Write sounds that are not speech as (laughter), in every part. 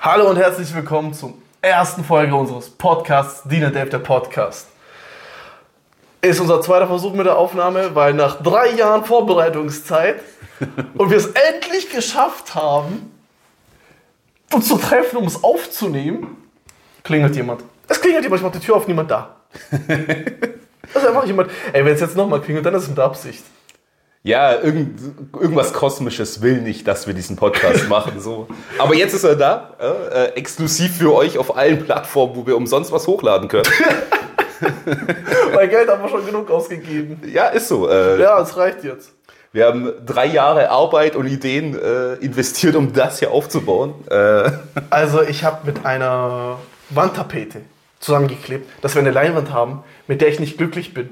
Hallo und herzlich willkommen zum ersten Folge unseres Podcasts Dina Dave, der Podcast. Ist unser zweiter Versuch mit der Aufnahme, weil nach drei Jahren Vorbereitungszeit und wir es endlich geschafft haben, uns zu treffen, um es aufzunehmen, klingelt jemand. Es klingelt jemand, ich mach die Tür auf, niemand da. Das ist einfach jemand. Ey, wenn es jetzt nochmal klingelt, dann ist es mit Absicht. Ja, irgend, irgendwas Kosmisches will nicht, dass wir diesen Podcast machen. So. Aber jetzt ist er da, äh, äh, exklusiv für euch auf allen Plattformen, wo wir umsonst was hochladen können. Mein Geld haben wir schon genug ausgegeben. Ja, ist so. Äh, Ja, es reicht jetzt. Wir haben drei Jahre Arbeit und Ideen äh, investiert, um das hier aufzubauen. Äh, Also ich habe mit einer Wandtapete zusammengeklebt, dass wir eine Leinwand haben, mit der ich nicht glücklich bin.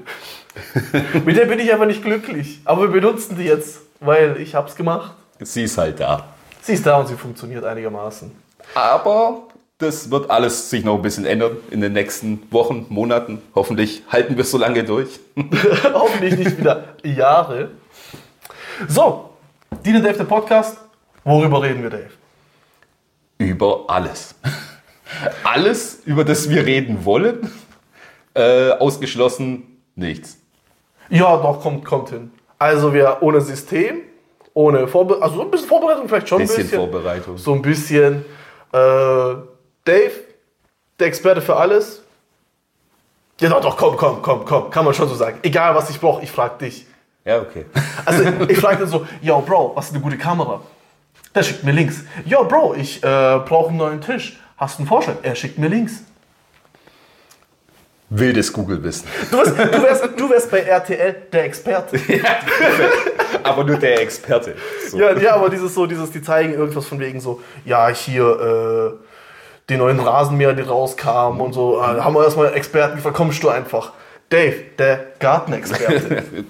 mit der bin ich einfach nicht glücklich. Aber wir benutzen die jetzt, weil ich hab's gemacht. sie ist halt da. Sie ist da und sie funktioniert einigermaßen. (laughs) Aber das wird alles sich noch ein bisschen ändern in den nächsten Wochen, Monaten. Hoffentlich halten wir es so lange durch. Hoffentlich nicht wieder Jahre. So, Dine Dave, der Podcast. Worüber reden wir, Dave? über alles. Alles, über das wir reden wollen, äh, ausgeschlossen nichts. Ja, doch, kommt, kommt hin. Also wir ohne System, ohne Vorbereitung, also so ein bisschen Vorbereitung vielleicht schon ein Bisschen, bisschen. Vorbereitung. So ein bisschen äh, Dave, der Experte für alles. Ja, doch, doch, komm, komm, komm, komm, kann man schon so sagen. Egal, was ich brauche, ich frag dich. Ja, okay. (laughs) Also ich frage dann so, yo Bro, was ist eine gute Kamera? Der schickt mir Links. Yo Bro, ich äh, brauche einen neuen Tisch. Hast du einen Vorschlag? Er schickt mir Links. (laughs) Wildes Google-Wissen. (laughs) Du wärst, du, wärst, du wärst bei RTL der Experte. Aber nur der Experte. So. Ja, ja, aber dieses so, dieses, die zeigen irgendwas von wegen so, ja, hier, äh, die neuen Rasenmäher, die rauskamen und so, äh, haben wir erstmal Experten gefragt, kommst du einfach. Dave, der Gartenexperte. (laughs)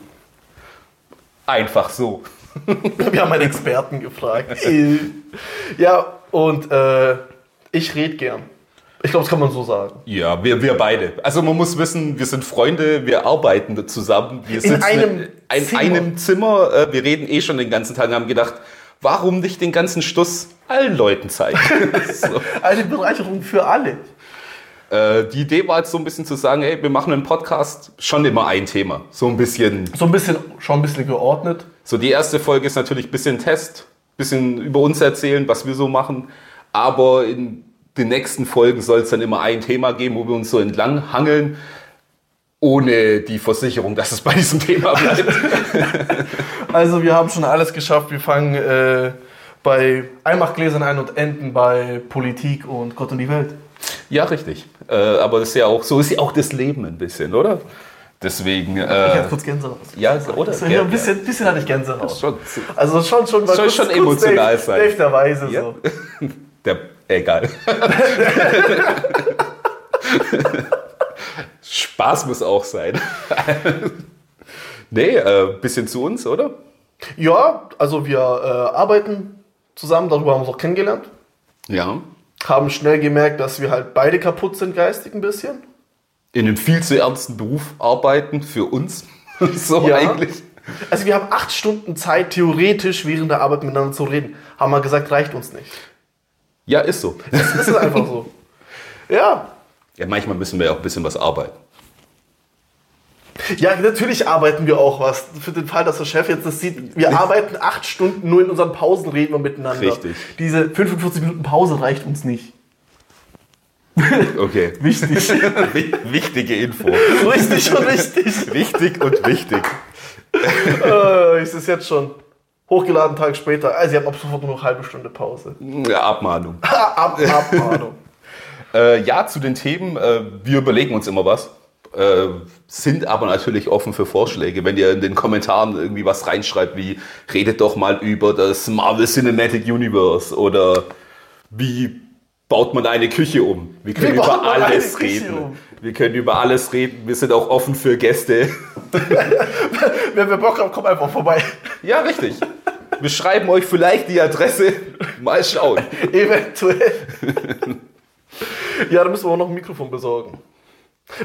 Einfach so. wir haben einen Experten (laughs) gefragt. Äh, ja, und äh, ich rede gern. Ich glaube, das kann man so sagen. Ja, wir, wir beide. Also man muss wissen, wir sind Freunde, wir arbeiten zusammen. Wir sitzen einem in Zimmer. einem Zimmer. Äh, wir reden eh schon den ganzen Tag und haben gedacht, warum nicht den ganzen Stuss allen Leuten zeigen? (laughs) so. Eine Bereicherung für alle. Äh, die Idee war jetzt so ein bisschen zu sagen, hey, wir machen einen Podcast, schon immer ein Thema. So ein bisschen. So ein bisschen, schon ein bisschen geordnet. So die erste Folge ist natürlich ein bisschen Test, bisschen über uns erzählen, was wir so machen. Aber in den nächsten Folgen soll es dann immer ein Thema geben, wo wir uns so entlang hangeln, ohne die Versicherung, dass es bei (laughs) diesem Thema bleibt. Also wir haben schon alles geschafft. Wir fangen äh, bei Einmachgläsern ein und enden bei Politik und Gott und die Welt. ja, richtig. Äh, aber das ist ja auch, so ist ja auch das Leben ein bisschen, oder? Deswegen. Ich Äh, hatte kurz Gänsehaut. ja, oder? So, ja, ein bisschen, bisschen hatte ich Gänsehaut. Schon. Also schon, schon mal Soll schon emotional Dave, sein. Dave der Weise Ja. so. Der, egal. Spaß muss auch sein. nee, äh, bisschen zu uns, oder? Ja, also wir äh, arbeiten zusammen, darüber haben wir uns auch kennengelernt. Ja. Haben schnell gemerkt, dass wir halt beide kaputt sind geistig ein bisschen. In einem viel zu ernsten Beruf arbeiten für uns. (laughs) so Ja. eigentlich. Also wir haben acht Stunden Zeit, theoretisch während der Arbeit miteinander zu reden. Haben wir gesagt, reicht uns nicht. Ja, ist so. Das ist einfach so. Ja, Ja, manchmal müssen wir ja auch ein bisschen was arbeiten. Ja, natürlich arbeiten wir auch was. Für den Fall, dass der Chef jetzt das sieht, wir arbeiten acht Stunden nur in unseren Pausen reden wir miteinander. Richtig. Diese 45 Minuten Pause reicht uns nicht. Okay. Wichtig. (laughs) Wi- Wichtige Info. Richtig und richtig. Wichtig und wichtig. äh, ist es jetzt schon. Hochgeladen, einen Tag später. Also, ihr habt ab sofort nur noch eine halbe Stunde Pause. (laughs) Ja, Abmahnung. Ab, Abmahnung. Äh, ja, zu den Themen. Äh, wir überlegen uns immer was. Äh, sind aber natürlich offen für Vorschläge. Wenn ihr in den Kommentaren irgendwie was reinschreibt, wie redet doch mal über das Marvel Cinematic Universe oder wie baut man eine Küche um. Wir können Wie baut über man eine alles Küche reden. um? Wir können über alles reden. Wir sind auch offen für Gäste. (laughs) Wenn wir Bock haben, kommt einfach vorbei. (laughs) Ja, richtig. Wir schreiben euch vielleicht die Adresse. Mal schauen. Eventuell. ja, da müssen wir auch noch ein Mikrofon besorgen.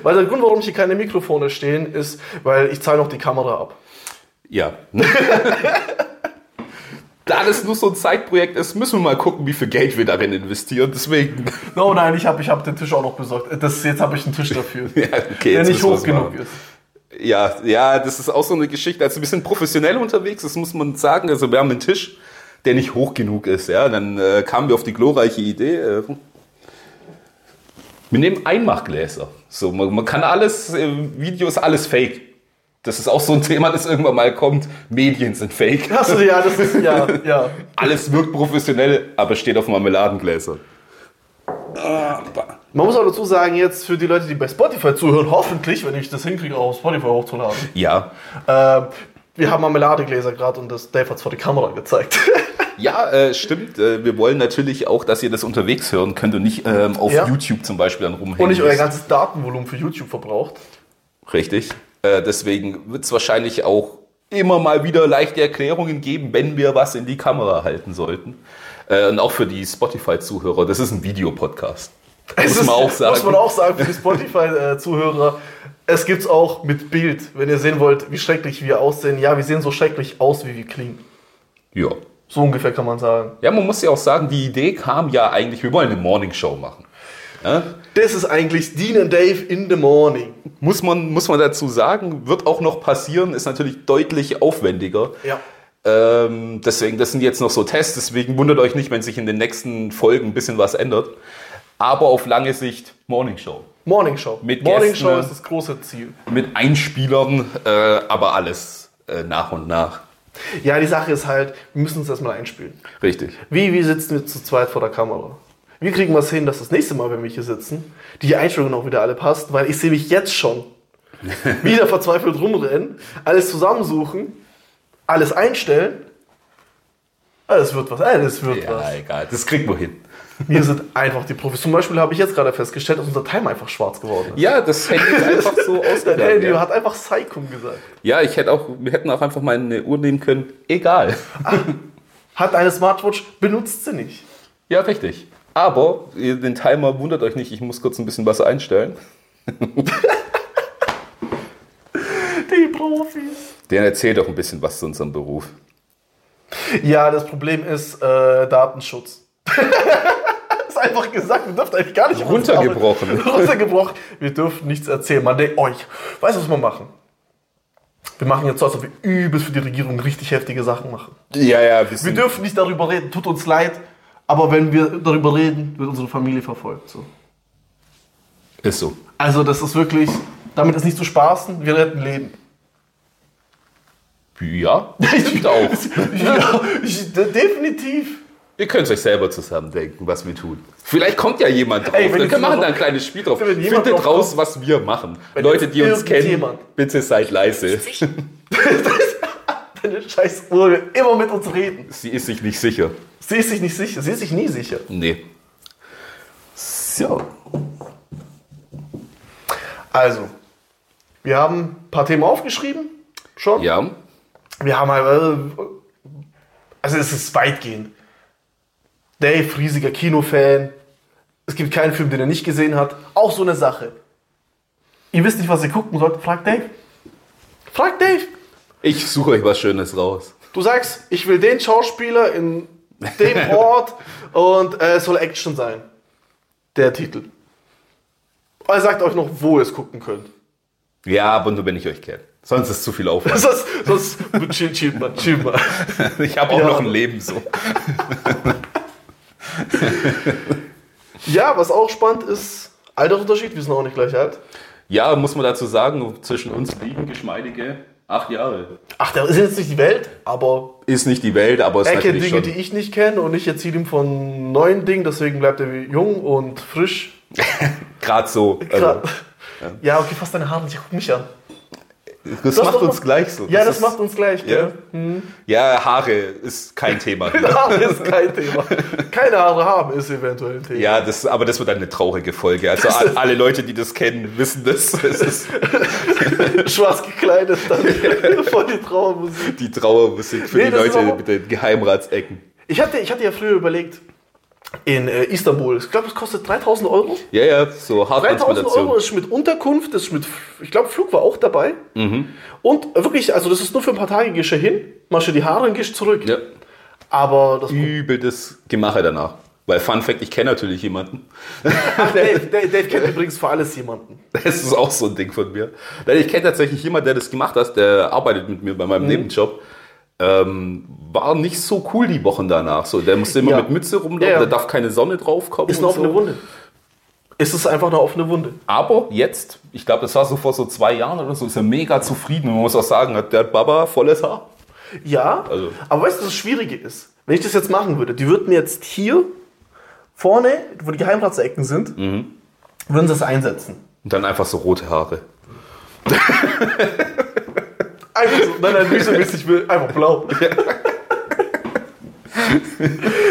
Weil der Grund, warum hier keine Mikrofone stehen, ist, weil ich zahle noch die Kamera ab. Ja. (laughs) da das nur so ein Zeitprojekt ist, müssen wir mal gucken, wie viel Geld wir darin investieren. Deswegen. Oh nein, ich habe ich hab den Tisch auch noch besorgt. Äh, Das, jetzt habe ich einen (laughs) Tisch dafür, (laughs) Ja, okay, der jetzt nicht müssen wir's hoch genug machen. ist. Ja, ja, das ist auch so eine Geschichte. Also wir sind professionell unterwegs, das muss man sagen. Also wir haben einen Tisch, der nicht hoch genug ist. Ja, dann äh, kamen wir auf die glorreiche Idee. Äh, wir nehmen Einmachgläser. So, man, man kann alles, äh, Video ist alles Fake. Das ist auch so ein Thema, das irgendwann mal kommt. Medien sind Fake. Achso, ja, das ist, ja, (laughs) ja. Alles wirkt professionell, aber steht auf Marmeladengläsern. Man muss auch dazu sagen, jetzt für die Leute, die bei Spotify zuhören, hoffentlich, wenn ich das hinkriege, auch auf Spotify hochzuladen. Ja, Äh, wir haben Marmeladegläser gerade und das Dave hat es vor die Kamera gezeigt. (laughs) Ja, äh, stimmt. Äh, wir wollen natürlich auch, dass ihr das unterwegs hören könnt und nicht ähm, auf Ja. YouTube zum Beispiel dann rumhängen. und nicht euer müsst. ganzes Datenvolumen für YouTube verbraucht. Richtig. Äh, deswegen wird es wahrscheinlich auch immer mal wieder leichte Erklärungen geben, wenn wir was in die Kamera halten sollten. Äh, und auch für die Spotify-Zuhörer, das ist ein Videopodcast. Es Muss man auch sagen. Muss man auch sagen für die Spotify-Zuhörer. Es gibt's auch mit Bild, wenn ihr sehen wollt, wie schrecklich wir aussehen. Ja, wir sehen so schrecklich aus, wie wir klingen. Ja. So ungefähr kann man sagen. ja, man muss ja auch sagen, die Idee kam ja eigentlich, wir wollen eine Morningshow machen. Ja? Das ist eigentlich Dean and Dave in the morning. Muss, man, muss man dazu sagen, wird auch noch passieren, ist natürlich deutlich aufwendiger. Ja. Ähm, deswegen, das sind jetzt noch so Tests, deswegen wundert euch nicht, wenn sich in den nächsten Folgen ein bisschen was ändert. Aber auf lange Sicht Morning Show. Morning Show. Mit morning Gästen, Show ne? ist das große Ziel. Mit Einspielern, äh, aber alles äh, nach und nach. Ja, die Sache ist halt, wir müssen uns erstmal einspielen. Richtig. Wie, wie sitzen wir zu zweit vor der Kamera? Wie kriegen wir es hin, dass das nächste Mal, wenn wir hier sitzen, die Einstellungen auch wieder alle passt? Weil ich sehe mich jetzt (laughs) schon wieder verzweifelt rumrennen, alles zusammensuchen, alles einstellen. Alles wird was, alles wird Ja, was. egal, das kriegen wir hin. Wir sind einfach die Profis. Zum Beispiel habe ich jetzt gerade festgestellt, dass unser Timer einfach schwarz geworden ist. Ja, das hätte ich einfach (laughs) so Dein Handy ausgegangen. Ja. hat einfach Saikum gesagt. ja, ich hätte auch, wir hätten auch einfach mal eine Uhr nehmen können. Egal. Hat eine Smartwatch, benutzt sie nicht. Ja, richtig. Aber ihr- den Timer wundert euch nicht, ich muss kurz ein bisschen was einstellen. Die Profis. Den erzählt doch ein bisschen was zu unserem Beruf. Ja, das Problem ist äh, Datenschutz. (laughs) ist einfach gesagt, wir dürfen eigentlich gar nicht auf uns Runtergebrochen. arbeiten. Runtergebrochen. Wir dürfen nichts erzählen. Man denkt euch. Weißt du, was wir machen? Wir machen jetzt so, als ob wir übelst für die Regierung richtig heftige Sachen machen. Ja, ja, wir Wir sind dürfen nicht darüber reden, tut uns leid. Aber wenn wir darüber reden, wird unsere Familie verfolgt. So. Ist so. Also das ist wirklich, damit ist nicht zu spaßen, wir retten Leben. (laughs) Ja, (laughs) stimmt auch. ja, ich, definitiv. Ihr könnt euch selber zusammendenken, was wir tun. Vielleicht kommt ja jemand drauf. Ey, wenn wir jetzt können machen jemand da ein kleines Spiel drauf. wenn jemand Findet drauf raus, was wir machen. Wenn Leute, jetzt die uns kennen, irgendjemand- bitte seid leise. Deine scheiß Uhr will immer mit uns reden. Sie ist sich nicht sicher. Sie ist sich nicht sicher, sie ist sich nie sicher. Nee. So. Also, wir haben ein paar Themen aufgeschrieben. Schon. Ja. Wir haben halt. äh, Also, es ist weitgehend. Dave, riesiger Kinofan. Es gibt keinen Film, den er nicht gesehen hat. Auch so eine Sache. Ihr wisst nicht, was ihr gucken sollt. Fragt Dave. Fragt Dave. Ich suche euch was Schönes raus. Du sagst, ich will den Schauspieler in (laughs) dem Ort und äh, es soll Action sein. Der Titel. Und er sagt euch noch, wo ihr es gucken könnt. (laughs) Ja, aber nur wenn ich euch kenne. Sonst ist zu viel Aufwand. Sonst, sonst chill, chill mal, chill mal. Ich habe auch Ja. noch ein Leben so. Ja, was auch spannend ist, Altersunterschied, wir sind auch nicht gleich alt. Ja, muss man dazu sagen, zwischen uns liegen geschmeidige acht Jahre. Ach, das ist jetzt nicht die Welt, aber Ist nicht die Welt, aber ist er kennt natürlich Dinge, schon. die ich nicht kenne und ich erzähle ihm von neuen Dingen, deswegen bleibt er jung und frisch. Gerade so. Gra- Also, ja, okay, fass deine Haare nicht, guck mich an. das Das macht doch- uns gleich so. Ja, das, ist- macht uns gleich, Ja. gell? ja, Haare ist kein Thema. (laughs) hier. Haare ist kein Thema. Keine Haare haben ist eventuell ein Thema. Ja, das, aber das wird eine traurige Folge. Also a- alle Leute, die das kennen, wissen das. (laughs) Es ist (laughs) Schwarz gekleidet, (laughs) dann voll die Trauermusik. die Trauermusik für Nee, die das ist Leute aber- mit den Geheimratsecken. Ich hatte, ich hatte ja früher überlegt, in äh, Istanbul, ich glaube, es kostet 3000 Euro. Ja, ja, so 3000 Euro Hartmannsmeditation. ist mit Unterkunft, das ist mit, ich glaube, Flug war auch dabei. Mhm. Und wirklich, also das ist nur für ein paar Tage, gehst du hin, machst dir die Haare und gehst zurück. Ja. Aber das Übel das Gemache danach. Weil Fun Fact, ich kenne natürlich jemanden. Ach, Dave, Dave, Dave (laughs) kennt übrigens für alles jemanden. (laughs) Das ist auch so ein Ding von mir. Denn ich kenne tatsächlich jemanden, der das gemacht hat, der arbeitet mit mir bei Mhm. meinem Nebenjob. Ähm, war nicht so cool die Wochen danach. So, der musste immer Ja. mit Mütze rumlaufen, Ja, ja. da darf keine Sonne drauf kommen. Ist und eine offene so. Wunde. Es ist einfach eine offene Wunde. Aber jetzt, ich glaube, das war so vor so zwei Jahren oder so, ist er mega zufrieden. Und man muss auch sagen, hat der Baba volles Haar. Ja, Also- aber weißt du, was das Schwierige ist? Wenn ich das jetzt machen würde, die würden jetzt hier vorne, wo die Geheimratsecken sind, würden sie das einsetzen. Und dann einfach so rote Haare. Einfach so, nein, nein, nicht (laughs) so mäßig, ich will einfach blau. (laughs)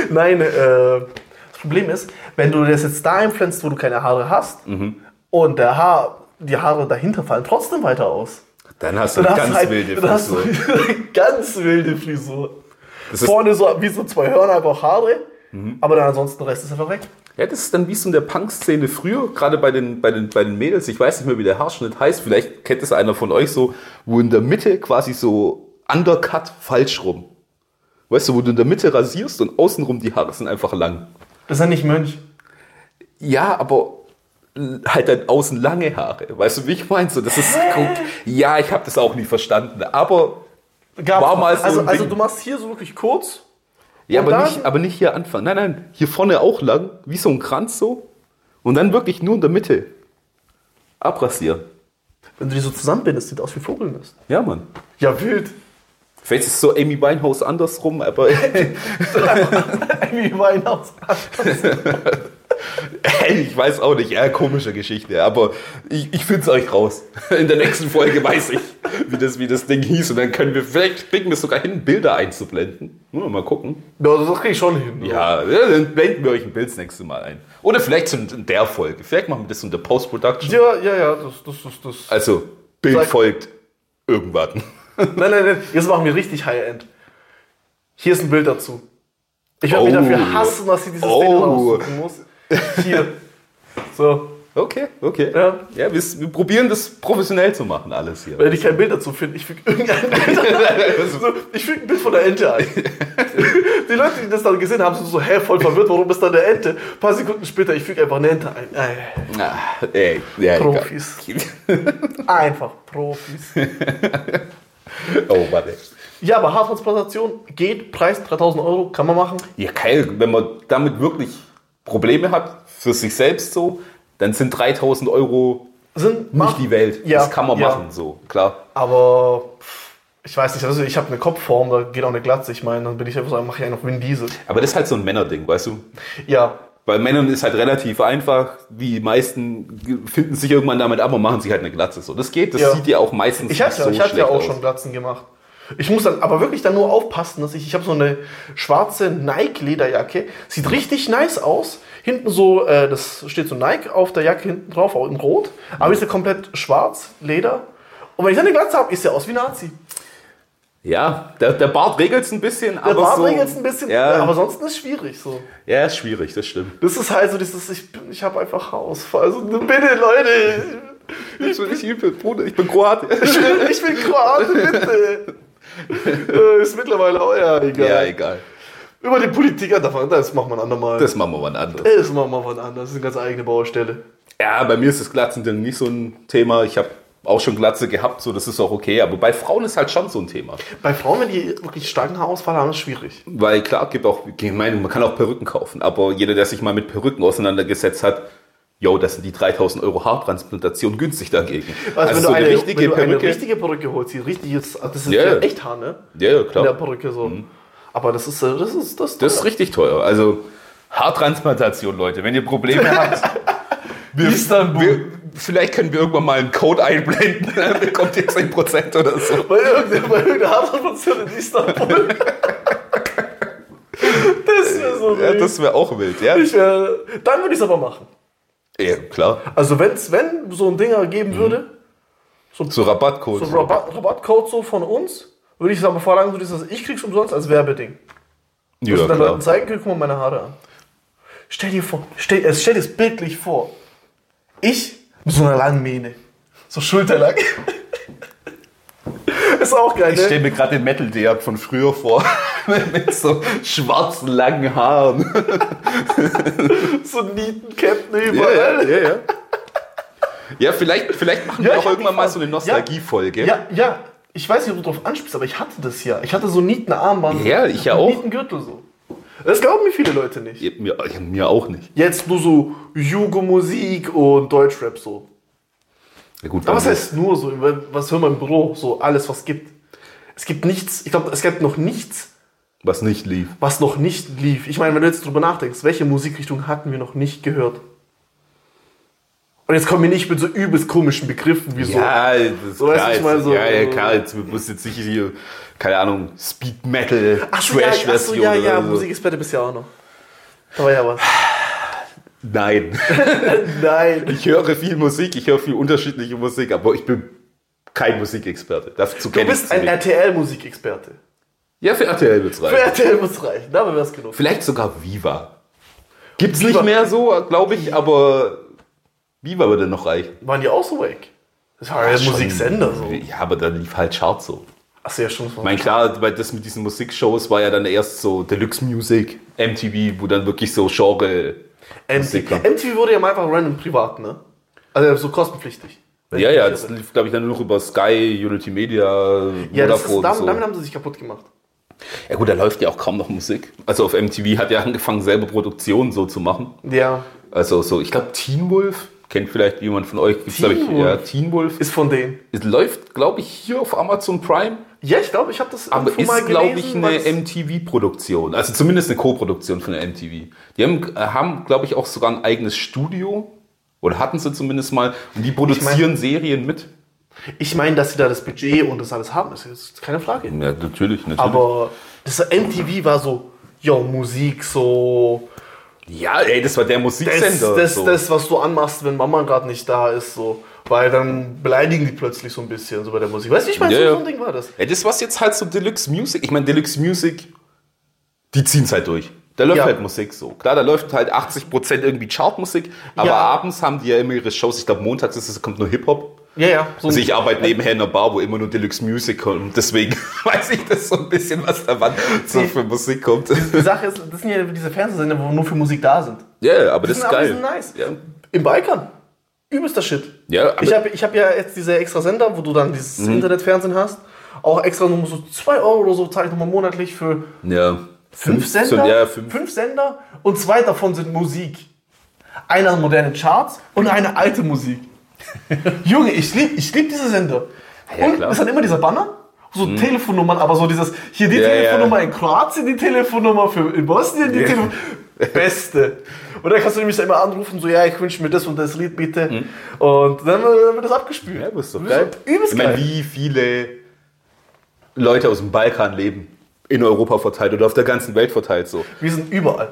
nein, äh, das Problem ist, wenn du das jetzt da einpflanzt, wo du keine Haare hast, und der Haar, die Haare dahinter fallen trotzdem weiter aus. Dann hast du eine hast ganz du halt- wilde dann hast du Frisur. eine (laughs) ganz wilde Frisur. Das ist, Mhm. Vorne so wie so zwei Hörner, einfach Haare, aber dann ansonsten der Rest ist einfach weg. ja, das ist dann wie so in der Punk-Szene früher, gerade bei den, bei, den, bei den Mädels. Ich weiß nicht mehr, wie der Haarschnitt heißt. Vielleicht kennt es einer von euch so, wo in der Mitte quasi so undercut falsch rum. Weißt du, wo du in der Mitte rasierst und außenrum die Haare sind einfach lang. Das ist ja nicht Mönch. Ja, aber halt dann außen lange Haare. Weißt du, wie ich meine? So, das ist guck, ja, ich habe das auch nie verstanden. Aber Gab's War noch. mal so also, ein also Ding. du machst hier so wirklich kurz. ja, Und aber dann- nicht, aber nicht hier anfangen. Nein, nein, hier vorne auch lang, wie so ein Kranz so. Und dann wirklich nur in der Mitte abrasieren. Wenn du die so zusammenbindest, sieht aus wie Vogelnest. Ja, Mann. Ja, wild. Vielleicht ist es so Amy Winehouse andersrum, aber (laughs) ey, (laughs) wie Weihnachts. ich weiß auch nicht. Ja, komische Geschichte. Aber ich, ich finde es euch raus. (laughs) In der nächsten Folge weiß ich, wie das, wie das Ding hieß. Und dann können wir, vielleicht kriegen wir es sogar hin, Bilder einzublenden. Nur mal gucken. Ja, das krieg ich schon hin. Ja, ja, dann blenden wir euch ein Bild das nächste Mal ein. Oder vielleicht zu in der Folge. Vielleicht machen wir das in der Post-Production. Ja, ja, ja, das, das, das, das. Also, Bild Sag- folgt irgendwann. Nein, nein, nein, jetzt machen wir richtig High-End. Hier ist ein Bild dazu. Ich werde mich Oh. dafür hassen, dass ich dieses Oh. Bild raussuchen muss. (laughs) Hier. So. Okay, okay. Ja. Ja, wir, wir probieren das professionell zu machen, alles (laughs) hier. (laughs) Wenn ich kein Bild dazu finde, ich füge irgendein Bild ein. so, Ich füge ein Bild von der Ente (laughs) ein. Die Leute, die das dann gesehen haben, sind so, hä, voll verwirrt, warum ist da eine Ente? Ein paar Sekunden später, ich füge einfach eine Ente ein. Ey, Ah, ey, ja, egal. (laughs) Profis. Einfach Profis. oh, warte. Ja, aber Haartransplantation geht, Preis 3000 Euro, kann man machen. Ja, geil, wenn man damit wirklich Probleme hat, für sich selbst so, dann sind 3000 Euro Sind nicht die Welt. Ja, das kann man ja. machen, so, klar. Aber pff, ich weiß nicht, also ich habe eine Kopfform, da geht auch eine Glatze. Ich meine, dann bin ich einfach so, mache ich einfach Win Diesel. Aber das ist halt so ein Männerding, weißt du? Ja, Bei Männern ist halt relativ einfach. Die meisten finden sich irgendwann damit ab und machen sich halt eine Glatze. So, das geht. Das Ja. sieht ja auch meistens Ich hatte, so ich hatte ja schlecht auch aus. schon Glatzen gemacht. Ich muss dann aber wirklich dann nur aufpassen, dass ich, ich habe so eine schwarze Nike-Lederjacke. Sieht richtig nice aus. Hinten so, äh, das steht so Nike auf der Jacke hinten drauf, auch in rot. Aber ist ja komplett schwarz, Leder. Und wenn ich dann eine Glatze habe, ist ja aus wie Nazi. Ja, der, der Bart regelt's ein bisschen. Der aber Bart so, regelt ein bisschen, Ja, aber sonst ist es schwierig so. ja, ist schwierig, das stimmt. Das ist halt so dieses, ich, bin- ich habe einfach Haarausfall. Also bitte, Leute, Ich bin, ich bin, Bruder, ich bin Kroat. (laughs) ich bin, ich bin Kroate, (laughs) bitte. Äh, ist mittlerweile euer, egal. Ja, egal. Über die Politiker, davon, das machen wir ein andermal. Das machen wir wann anderes. Das machen wir von anders, das ist eine ganz eigene Baustelle. Ja, bei mir ist das Glatzen dann nicht so ein Thema. Ich habe auch schon Glatze gehabt, so das ist auch okay. Aber bei Frauen ist halt schon so ein Thema. Bei Frauen, wenn die wirklich starken Haarausfall haben, ist es schwierig. Weil klar, gibt auch, ich meine, man kann auch Perücken kaufen, aber jeder, der sich mal mit Perücken auseinandergesetzt hat, yo, das sind die 3000 Euro Haartransplantation günstig dagegen. Also, wenn, du eine, richtige wenn du eine Perücke. richtige Perücke holst, die richtig ist, also das ist Ja. ja echt Haar, ne? ja, ja, In der klar. Perücke so. Aber das ist, äh, das ist, das, Das ist richtig teuer. Also Haartransplantation, Leute, wenn (laughs) ihr Probleme habt. Wir, Istanbul. Wir, vielleicht können wir irgendwann mal einen Code einblenden, (laughs) dann bekommt ihr 10% oder so. (laughs) Bei irgendeiner, bei irgendeiner Haartransplantation in (laughs) Istanbul. das wäre so Ja, wild. das wäre auch wild, ja? ich wär, Dann würde ich es aber machen. Ja, klar. Also, wenn's, wenn so ein Dinger geben Mhm. würde, So So Rabattcode. ein Rabatt, Rabattcode so von uns, würde ich es aber verlangen, so dieses ich krieg's umsonst als Werbeding. Ja, Dass du dann klar. Leuten zeigen können, guck mal meine Haare an. Stell dir vor, stell, äh, stell dir es bildlich vor. Ich mit so einer langen Mähne. So schulterlang. (laughs) ist auch geil, Ich ne? stelle mir gerade den Metal-Day von früher vor. (laughs) mit so schwarzen, langen Haaren. So Nietenketten Ja, überall. ja, ja, ja. Ja, vielleicht, vielleicht machen Ja, wir ich auch hab irgendwann die mal Phase. so eine Nostalgie-Folge. Ja, ja. Ich weiß nicht, ob du darauf anspielst, aber ich hatte das ja. Ich hatte so Nietenarmband. Ja, ich ja und auch. Nietengürtel so. Das glauben mir viele Leute nicht. Ja, Mir, ja, mir auch nicht. Jetzt nur so Jugo-Musik und Deutschrap so. Ja, gut, Aber was bei mir- heißt nur so? Was hören wir im Büro? So alles, was gibt. Es gibt nichts. Ich glaube, es gibt noch nichts, was nicht lief. was noch nicht lief. Ich meine, wenn du jetzt drüber nachdenkst, welche Musikrichtung hatten wir noch nicht gehört? Und jetzt kommen wir nicht mit so übelst komischen Begriffen wie so. Ja, das ist So, weißt du, klar, ich jetzt, meine so- ja, ja, klar, jetzt muss jetzt nicht hier, keine Ahnung, Speed Metal, Ach so, ja, ach so, Trash-Version ja, ja, oder so. Musikexperte bist ja auch noch. Da war ja (laughs) was. Nein. Nein. Ich höre viel Musik, ich höre viel unterschiedliche Musik, aber ich bin kein Musikexperte. Dazu Du kenne ich bist ein nicht. RTL-Musikexperte. Ja, für RTL wird's Für rein. RTL muss reichen. Damit wär's genug. Vielleicht sogar Viva. Gibt's Viva. nicht mehr so, glaube ich, aber Viva würde noch reichen. Waren die auch so weg? Das war ja Schon- Musiksender so. Ja, aber dann lief halt Chart so. Achso, ja, stimmt. das war- Ich meine, klar, weil das mit diesen Musikshows war ja dann erst so Deluxe Music, MTV, wo dann wirklich so Genre. MTV. Musiker. MTV wurde ja mal einfach random privat, ne? Also so kostenpflichtig. Wenn Ja, ich ja, mich das irre. lief, glaube ich, dann nur noch über Sky, Unity Media, ja, das ist, Vodafone. damit, so. damit haben sie sich kaputt gemacht. Ja gut, da läuft ja auch kaum noch Musik. Also auf MTV hat ja angefangen, selber Produktionen so zu machen. Ja, Also so, ich glaube Teen Wolf, kennt vielleicht jemand von euch, gibt's, Teen glaub ich, Wolf? ja, Teen Wolf. ist von denen. Es läuft, glaube ich, hier auf Amazon Prime, Ja, ich glaube, ich habe das aber irgendwo ist, glaube ich, gelesen, weil eine es- MTV-Produktion. Also zumindest eine Co-Produktion von der MTV. Die haben, äh, haben glaube ich, auch sogar ein eigenes Studio. Oder hatten sie zumindest mal. Und die produzieren Serien mit. Ich meine, dass sie da das Budget und das alles haben, ist jetzt keine Frage. Ja, natürlich, natürlich. Aber das MTV war so, yo, Musik, so. ja, ey, das war der Das, Musiksender. das, so. das, was du anmachst, wenn Mama gerade nicht da ist, so. Weil dann beleidigen die plötzlich so ein bisschen so bei der Musik. Weißt du, ich meine, Ja, so, ja. so ein Ding war das. Ja, das was jetzt halt so Deluxe Music. Ich meine, Deluxe Music, die ziehen es halt durch. Da läuft Ja. halt Musik so. Klar, da läuft halt 80% irgendwie Chartmusik, aber Ja. abends haben die ja immer ihre Shows. Ich glaube, montags ist es, kommt nur Hip-Hop. Ja, ja. So Also ein- ich arbeite nebenher in einer Bar, wo immer nur Deluxe Music kommt. Deswegen (laughs) weiß ich das so ein bisschen, was da wann so für Musik (laughs) kommt. Die Sache ist, das sind ja diese Fernsehsender, wo nur für Musik da sind. Ja, aber das sind ist aber- die geil. sind nice. Ja, Im Balkan. Übelster Shit. ja aber Mhm. Ich habe ich hab ja jetzt diese extra Sender, wo du dann dieses Internetfernsehen hast. Auch extra nur so 2 Euro oder so zahle ich nochmal monatlich für ja. fünf so- Sender. Ja, fünf. Sender und zwei davon sind Musik. Einer moderne Charts und eine alte (laughs) Musik. Junge, ich liebe ich lieb diese Sender. Ja, und klar. Hm. ist dann immer dieser Banner? So Telefonnummern, aber so dieses, hier die Ja, Telefonnummer in Kroatien, die Telefonnummer für in Bosnien, die Ja. Telefon Beste. Und dann kannst du nämlich dann immer anrufen, so, ja, ich wünsche mir das und das Lied bitte. Und dann wird das abgespielt. Hm. Ja, aber ist doch Das geil. Übelst ich meine, geil. wie viele Leute aus dem Balkan leben, in Europa verteilt oder auf der ganzen Welt verteilt so. Wir sind überall.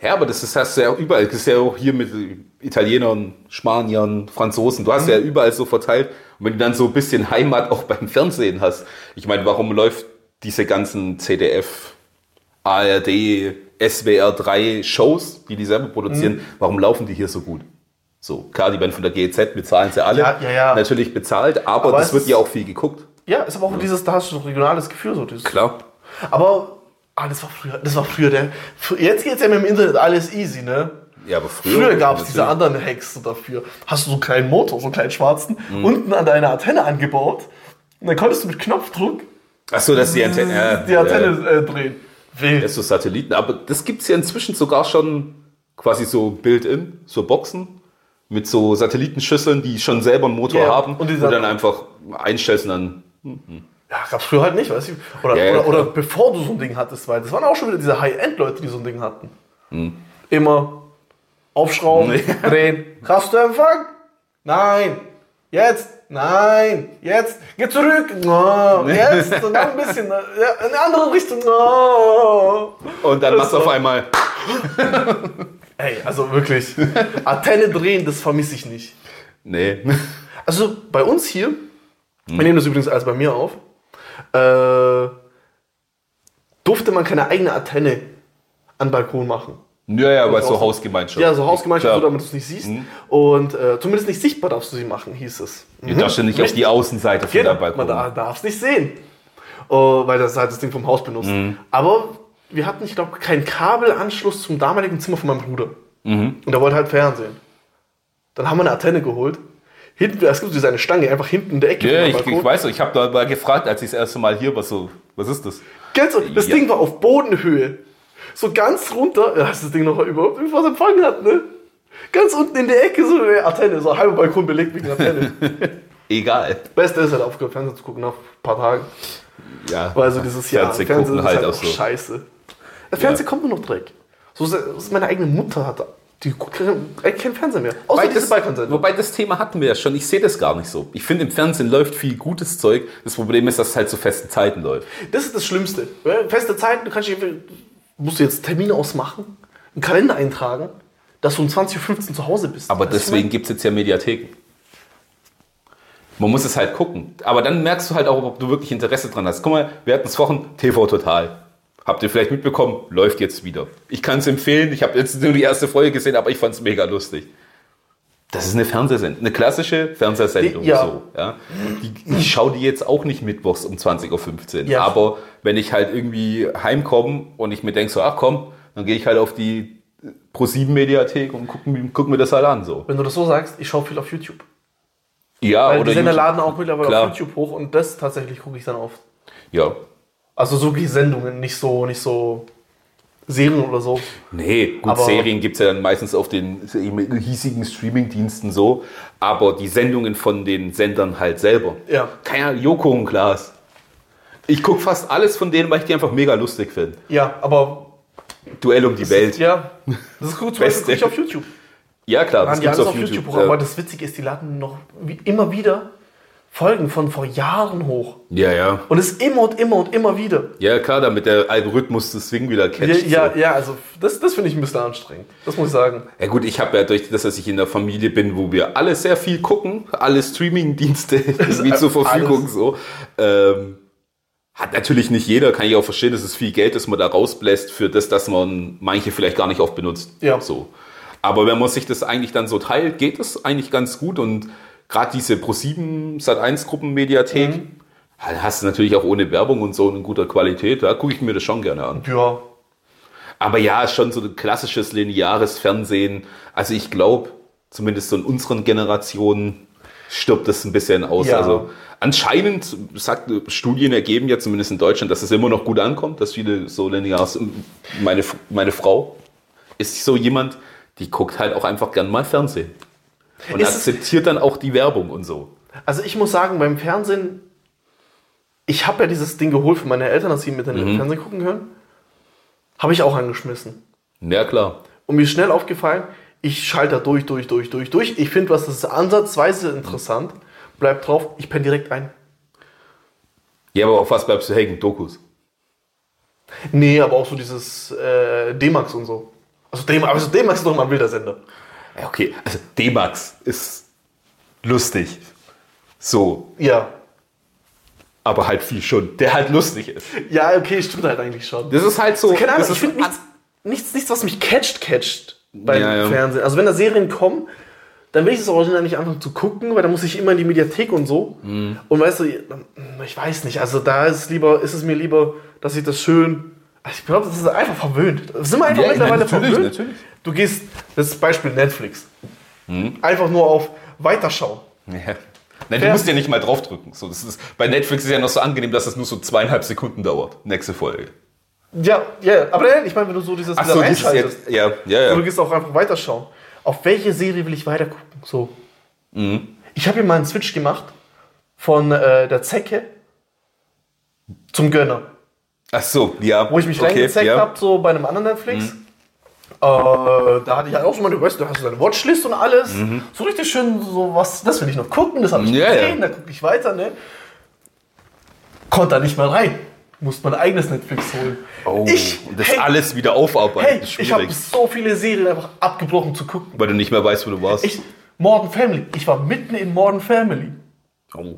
Ja, aber das ist, hast du ja auch überall. Das ist ja auch hier mit Italienern, Spaniern, Franzosen. Du hast Mhm. ja überall so verteilt. Und wenn du dann so ein bisschen Heimat auch beim Fernsehen hast. Ich meine, warum läuft diese ganzen CDF, ARD, SWR 3 Shows, die die selber produzieren, Mhm. warum laufen die hier so gut? So, klar, die werden von der GEZ, bezahlen sie alle. Ja, ja, ja. Natürlich bezahlt, aber, Aber das es wird ist- ja auch viel geguckt. Ja, ist aber auch dieses, da hast du so ein regionales Gefühl. So dieses, Klar. Aber, ah, das war früher, das war früher der. fr- Jetzt geht's ja mit dem Internet alles easy, ne? Ja, aber früher. Früher gab's diese natürlich. anderen Hexen dafür. Hast du so einen kleinen Motor, so einen kleinen schwarzen, Mhm. unten an deine Antenne angebaut. Und dann konntest du mit Knopfdruck Ach so, das ist die Antenne. Ja, Mhm. die ja, ja. Antenne äh, drehen. Wild. Ja, so Satelliten, aber das gibt es ja inzwischen sogar schon quasi so Built-in, so Boxen mit so Satellitenschüsseln, die schon selber einen Motor Ja, haben und und, die dann Sat- einfach einstellst und dann. Ja, gab's früher halt nicht, weißt du? Oder, Ja, ja, oder, oder klar. bevor du so ein Ding hattest, weil das waren auch schon wieder diese High-End-Leute, die so ein Ding hatten. Immer aufschrauben, Hm. Nee. drehen. Hast du Empfang? Nein. Jetzt. Nein. Jetzt. Geh zurück. No. Jetzt. Und dann ein bisschen. äh, Ja, in eine andere Richtung. No. Und dann Das machst du auf war- einmal. Ey, also (laughs) wirklich. Antenne drehen, das vermisse ich nicht. Nee. (laughs) Also bei uns hier, wir nehmen das übrigens alles bei mir auf, äh, durfte man keine eigene Antenne an Balkon machen. Ja, ja, weil so draußen. Hausgemeinschaft. Ja, Mhm. so Hausgemeinschaft, so, Klar. damit du es nicht siehst. Und äh, zumindest nicht sichtbar darfst du sie machen, hieß es. Mhm. Ihr darfst ja nicht auf die Außenseite von der Genau, man Balkon. darf es nicht sehen. äh, weil das halt das Ding vom Haus benutzt. Mhm. Aber wir hatten, ich glaube, keinen Kabelanschluss zum damaligen Zimmer von meinem Bruder. Mhm. Und er wollte halt Fernsehen. Dann haben wir eine Antenne geholt. Hinten, es gibt diese eine Stange, einfach hinten in der Ecke. Ja, vom ich, Balkon. ich weiß, ich habe da mal gefragt, als ich das erste Mal hier war, so, was ist das? Kennst du, das Ja. Ding war auf Bodenhöhe. So ganz runter, ja, hast du das Ding noch überhaupt nicht was empfangen hat, ne? Ganz unten in der Ecke so eine Antenne, so ein halber Balkon belegt mit einer (laughs) Antenne. Egal. Beste ist halt aufgehört, Fernsehen zu gucken nach ein paar Tagen. Ja. Weil so dieses Jahr Fernsehen Fernsehen gucken Also, ist halt halt auch auch so. scheiße. Der Fernsehen kommt nur noch Dreck. So ist meine eigene Mutter hat. Die guckt kein, eigentlich keinen Fernseher mehr. Außer Wobei diese das, Balkansendung. wobei das Thema hatten wir ja schon. Ich sehe das gar nicht so. Ich finde, im Fernsehen läuft viel gutes Zeug. Das Problem ist, dass es halt zu festen Zeiten läuft. Das ist das Schlimmste. Ja, Feste Zeiten, du kannst dich, musst du jetzt Termine ausmachen, einen Kalender eintragen, dass du um 20.15 Uhr zu Hause bist. Aber Weißt du, deswegen gibt es jetzt ja Mediatheken. Man muss es halt gucken. Aber dann merkst du halt auch, ob du wirklich Interesse dran hast. Guck mal, wir hatten es Wochen, TV Total. Habt ihr vielleicht mitbekommen, läuft jetzt wieder. Ich kann es empfehlen, ich habe jetzt nur die erste Folge gesehen, aber ich fand es mega lustig. Das ist eine Fernsehsendung, eine klassische Fernsehsendung. Die- ja. So, ja. Die, ich schaue die jetzt auch nicht mittwochs um 20.15 Uhr. Ja. Aber wenn ich halt irgendwie heimkomme und ich mir denke so, ach komm, dann gehe ich halt auf die Pro7-Mediathek und gucke guck mir das halt an. So. Wenn du das so sagst, ich schaue viel auf YouTube. Ja, Weil oder die Sender YouTube. laden auch mittlerweile Klar. auf YouTube hoch und das tatsächlich gucke ich dann oft. Ja. Also so die Sendungen, nicht so, nicht so Serien oder so. Nee, gut, Aber- Serien gibt es ja dann meistens auf den hiesigen Streamingdiensten so, aber die Sendungen von den Sendern halt selber. Ja. Keiner, Joko und Klaas. Ich gucke fast alles von denen, weil ich die einfach mega lustig finde. Ja, aber Duell um die Welt. ja, das ist gut. Zum Beispiel Beste. gucke ich auf YouTube. Ja, klar, Dann das die gibt's alles auf auf YouTube, hoch. ja. Aber das Witzige ist, die laden noch wie immer wieder Folgen von vor Jahren hoch. ja, ja. Und es immer und immer und immer wieder. Ja, klar, damit der Algorithmus das Ding wieder Ja, catcht. ja, so. ja also das, das finde ich ein bisschen anstrengend. Das muss ich sagen. ja gut, ich habe ja durch das, dass ich in der Familie bin, wo wir alle sehr viel gucken, alle Streaming-Dienste (laughs) irgendwie zur Verfügung alles. so. Ähm, hat natürlich nicht jeder, kann ich auch verstehen, das ist viel Geld, das man da rausbläst für das, dass man manche vielleicht gar nicht oft benutzt. Ja. So. Aber wenn man sich das eigentlich dann so teilt, geht es eigentlich ganz gut und gerade diese Pro7 Sat1 Gruppenmediathek Mhm. hast du natürlich auch ohne Werbung und so in guter Qualität, da gucke ich mir das schon gerne an. Ja, Aber ja, ist schon so ein klassisches lineares Fernsehen. Also ich glaube, zumindest so in unseren Generationen stirbt das ein bisschen aus. Ja. Also anscheinend sagt Studien ergeben ja zumindest in Deutschland, dass es immer noch gut ankommt, dass viele so lineares. Meine, meine Frau ist so jemand, die guckt halt auch einfach gern mal Fernsehen. Und Ist es- akzeptiert dann auch die Werbung und so. Also ich muss sagen, beim Fernsehen, ich habe ja dieses Ding geholt von meinen Eltern, dass sie mit dem Mhm. Fernsehen gucken können. Habe ich auch angeschmissen. Ja, klar. Und mir ist schnell aufgefallen, ich schalte da durch, durch, durch, durch, durch. Ich finde was, das ist ansatzweise interessant. Bleib drauf, ich penne direkt ein. Ja, aber auf was bleibst du hängen? Dokus. Nee, aber auch so dieses äh, D-Max und so. Also D-Max also D-Max ist doch mal ein wilder Sender. Ja, okay. Also D-Max ist lustig. So, Ja. aber halt viel schon, der halt lustig ist. Ja, okay, stimmt halt eigentlich schon. Das ist halt so. Keine Ahnung, das ich ist finde nichts, nichts, nichts, was mich catcht, catcht beim Ja, ja. Fernsehen. Also wenn da Serien kommen, dann will ich das Original nicht anfangen zu gucken, weil da muss ich immer in die Mediathek und so. Und weißt du, ich weiß nicht, also da ist lieber, ist es mir lieber, dass ich das schön. also Ich glaube, das ist einfach verwöhnt. Sind wir einfach Ja, ich meine, mittlerweile natürlich, verwöhnt? natürlich. Du gehst, das Beispiel Netflix. Einfach nur auf Weiterschauen. ja. Nein, du musst ja nicht mal draufdrücken. So, das ist, bei Netflix ist ja noch so angenehm, dass das nur so zweieinhalb Sekunden dauert. Nächste Folge. Ja, ja, aber nein, ich meine, wenn du so dieses Achso, das ist reinschaltest. jetzt. Ja, ja, Oder du ja. gehst auch einfach weiterschauen. Auf welche Serie will ich weitergucken? So. Mhm. Ich habe hier mal einen Switch gemacht von äh, der Zecke zum Gönner. Achso, ja. Mhm. Wo ich mich reingezeckt habe, so bei einem anderen Netflix. Äh, da hatte ich halt auch schon mal, du weißt, du hast so deine Watchlist und alles. So richtig schön, so was, das will ich noch gucken, das habe ich Mhm. Ja, gesehen, ja. da gucke ich weiter, ne? Konnte da nicht mal rein. Musste mein eigenes Netflix holen. Oh, ich, und das hey, alles wieder aufarbeiten. hey, ist ich habe schwierig. so viele Serien einfach abgebrochen zu gucken. weil du nicht mehr weißt, wo du warst. Ich, Modern Family. Ich war mitten in Modern Family. Oh.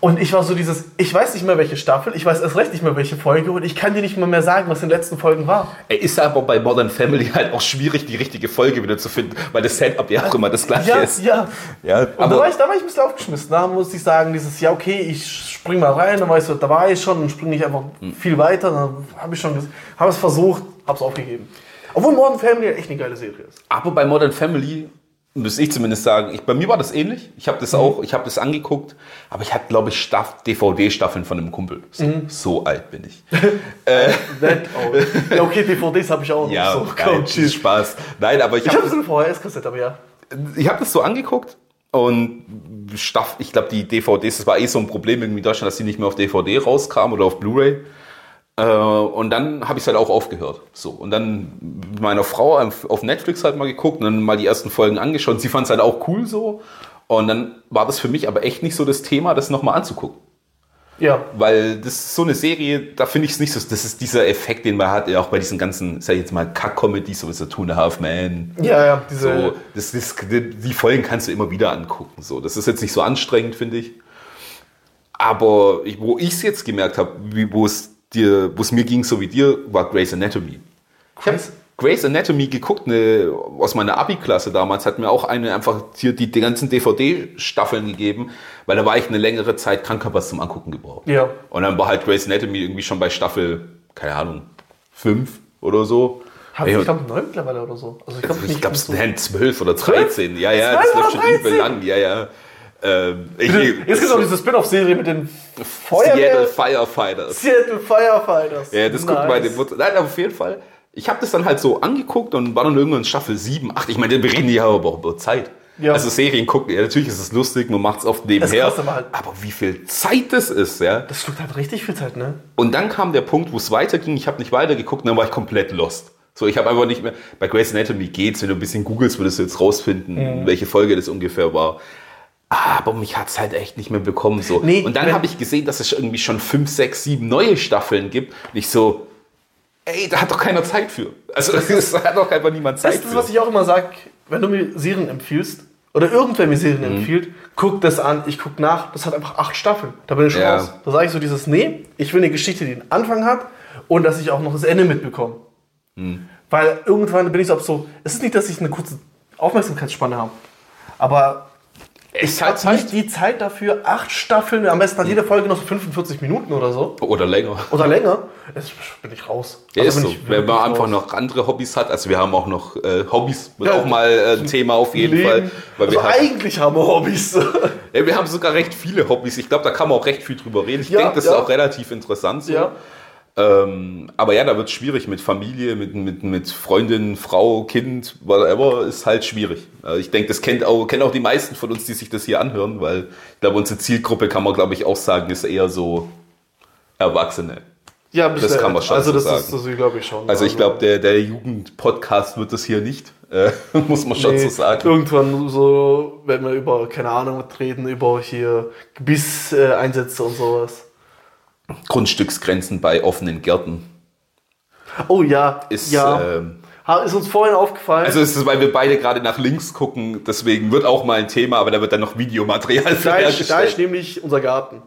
Und ich war so dieses, ich weiß nicht mehr welche Staffel, ich weiß erst recht nicht mehr welche Folge und ich kann dir nicht mal mehr sagen, was in den letzten Folgen war. Ey, ist aber bei Modern Family (laughs) halt auch schwierig, die richtige Folge wieder zu finden, weil das Setup ja auch immer das gleiche Ja, ist. ja. Ja, Und da war, aber ich, da war ich ein bisschen aufgeschmissen. Da muss ich sagen, dieses, ja okay, ich spring mal rein, dann weißt du, da war ich schon, dann springe ich einfach Hm. viel weiter. Dann habe ich schon, ges- habe es versucht, habe es aufgegeben. Obwohl Modern Family echt eine geile Serie (laughs) ist. Aber bei Modern Family muss ich zumindest sagen, ich, bei mir war das ähnlich. Ich habe das auch, ich habe das angeguckt, aber ich hatte, glaube ich, Staff, DVD-Staffeln von einem Kumpel. So, so alt bin ich. That old. oh. ja okay, DVDs habe ich auch noch. Ja, so, geil, komm, viel tschüss. Spaß. Nein, aber ich Ich habe habe so eine VHS-Kassette, aber ja. ich hab das so angeguckt und Staff, ich glaube, die DVDs, das war eh so ein Problem irgendwie in Deutschland, dass die nicht mehr auf DVD rauskamen oder auf Blu-ray. Äh, Und dann habe ich halt auch aufgehört. So. Und dann mit meiner Frau auf auf Netflix halt mal geguckt und dann mal die ersten Folgen angeschaut. Sie fand es halt auch cool so. Und dann war das für mich aber echt nicht so das Thema, das nochmal anzugucken. Ja, Weil das ist so eine Serie, da finde ich es nicht so. Das ist dieser Effekt, den man hat, ja auch bei diesen ganzen, sag ich jetzt mal, Kack-Comedies, so wie so Two and a Half Men, ja, ja. Diese, so, das ist, die Folgen kannst du immer wieder angucken. So, das ist jetzt nicht so anstrengend, finde ich. Aber ich, wo ich es jetzt gemerkt habe, wie- wo es dir, wo es mir ging, so wie dir, war Grey's Anatomy. Ich habe Grey's- Grey's Anatomy geguckt, eine, aus meiner Abi-Klasse damals hat mir auch eine einfach hier die, die ganzen DVD-Staffeln gegeben, weil da war ich eine längere Zeit krank, hab was zum Angucken gebraucht. Ja. Und dann war halt Grey's Anatomy irgendwie schon bei Staffel, keine Ahnung, fünf oder so. hab Ey, ich und- glaube neun mittlerweile oder so. Also ich glaube also ich nicht. glaube, ganz es so. wären 12 oder 13. Ja, ja, 12 das läuft oder schon 13? übel lang. Ja, ja. Ähm, ich, Jetzt gibt es auch diese Spin-off-Serie mit den Seattle Feuerwehr. Firefighters. Seattle Firefighters. Ja, das gucken meine Mutter. Nein, aber auf jeden Fall. Ich habe das dann halt so angeguckt und war dann irgendwann in Staffel 7, 8. Ich meine, wir reden ja aber auch über Zeit. Ja. Also Serien gucken, ja, natürlich ist es lustig, man macht es oft nebenher. kostet aber halt- aber wie viel Zeit das ist, ja. Das schluckt halt richtig viel Zeit, ne? Und dann kam der Punkt, wo es weiterging. Ich habe nicht weitergeguckt und dann war ich komplett lost. So, ich habe einfach nicht mehr. Bei Grey's Anatomy geht's, wenn du ein bisschen googelst, würdest du jetzt Mhm. rausfinden, welche Folge das ungefähr war. Aber mich hat's halt echt nicht mehr bekommen. So. Nee, und dann wenn- habe ich gesehen, dass es irgendwie schon fünf, sechs, sieben neue Staffeln gibt. Und ich so, ey, da hat doch keiner Zeit für. Also (laughs) es hat doch einfach niemand Zeit Das ist das, für. was ich auch immer sage, wenn du mir Serien empfiehlst, oder irgendwer mir Serien Mhm. empfiehlt, guck das an, ich guck nach, das hat einfach acht Staffeln. Da bin ich schon Ja. raus. Da sage ich so dieses, nee, ich will eine Geschichte, die einen Anfang hat und dass ich auch noch das Ende mitbekomme. Mhm. Weil irgendwann bin ich so, ob so, es ist nicht, dass ich eine kurze Aufmerksamkeitsspanne habe, aber es ich habe nicht die Zeit dafür, acht Staffeln, am besten hat Mhm. jede Folge noch so 45 Minuten oder so, Oder länger. oder länger, das bin ich raus. Ja, Also ist bin so. Also ich Wenn man wirklich einfach raus. noch andere Hobbys hat, also wir haben auch noch äh, Hobbys, wird Ja, auch mal äh, ein Thema auf jeden Leben. Fall. Weil also wir halt haben, eigentlich haben wir Hobbys. (laughs) Ja, wir haben sogar recht viele Hobbys. Ich glaube, da kann man auch recht viel drüber reden. Ich Ja, denke, das ja. ist auch relativ interessant so. ja. Ähm, aber ja, da wird es schwierig mit Familie, mit, mit, mit Freundin, Frau, Kind, whatever, ist halt schwierig. Also ich denke, das kennt auch, kennen auch die meisten von uns, die sich das hier anhören, weil ich glaube, unsere Zielgruppe kann man, glaube ich, auch sagen, ist eher so Erwachsene. Ja, ein bisschen Das kann man älter. schon Also so das sagen. ist, das glaube ich schon. Also ich glaube, der, der Jugendpodcast wird das hier nicht, (laughs) äh, muss man schon nee, so sagen. Irgendwann so, wenn wir über, keine Ahnung, was reden, über hier Gebisseinsätze äh, Einsätze und sowas. Grundstücksgrenzen bei offenen Gärten Oh ja, ist ja. ähm, Ha- ist uns vorhin aufgefallen. Also es ist, weil wir beide gerade nach links gucken, deswegen wird auch mal ein Thema, aber da wird dann noch Videomaterial da, ist, da ist hergestellt. nämlich unser Garten.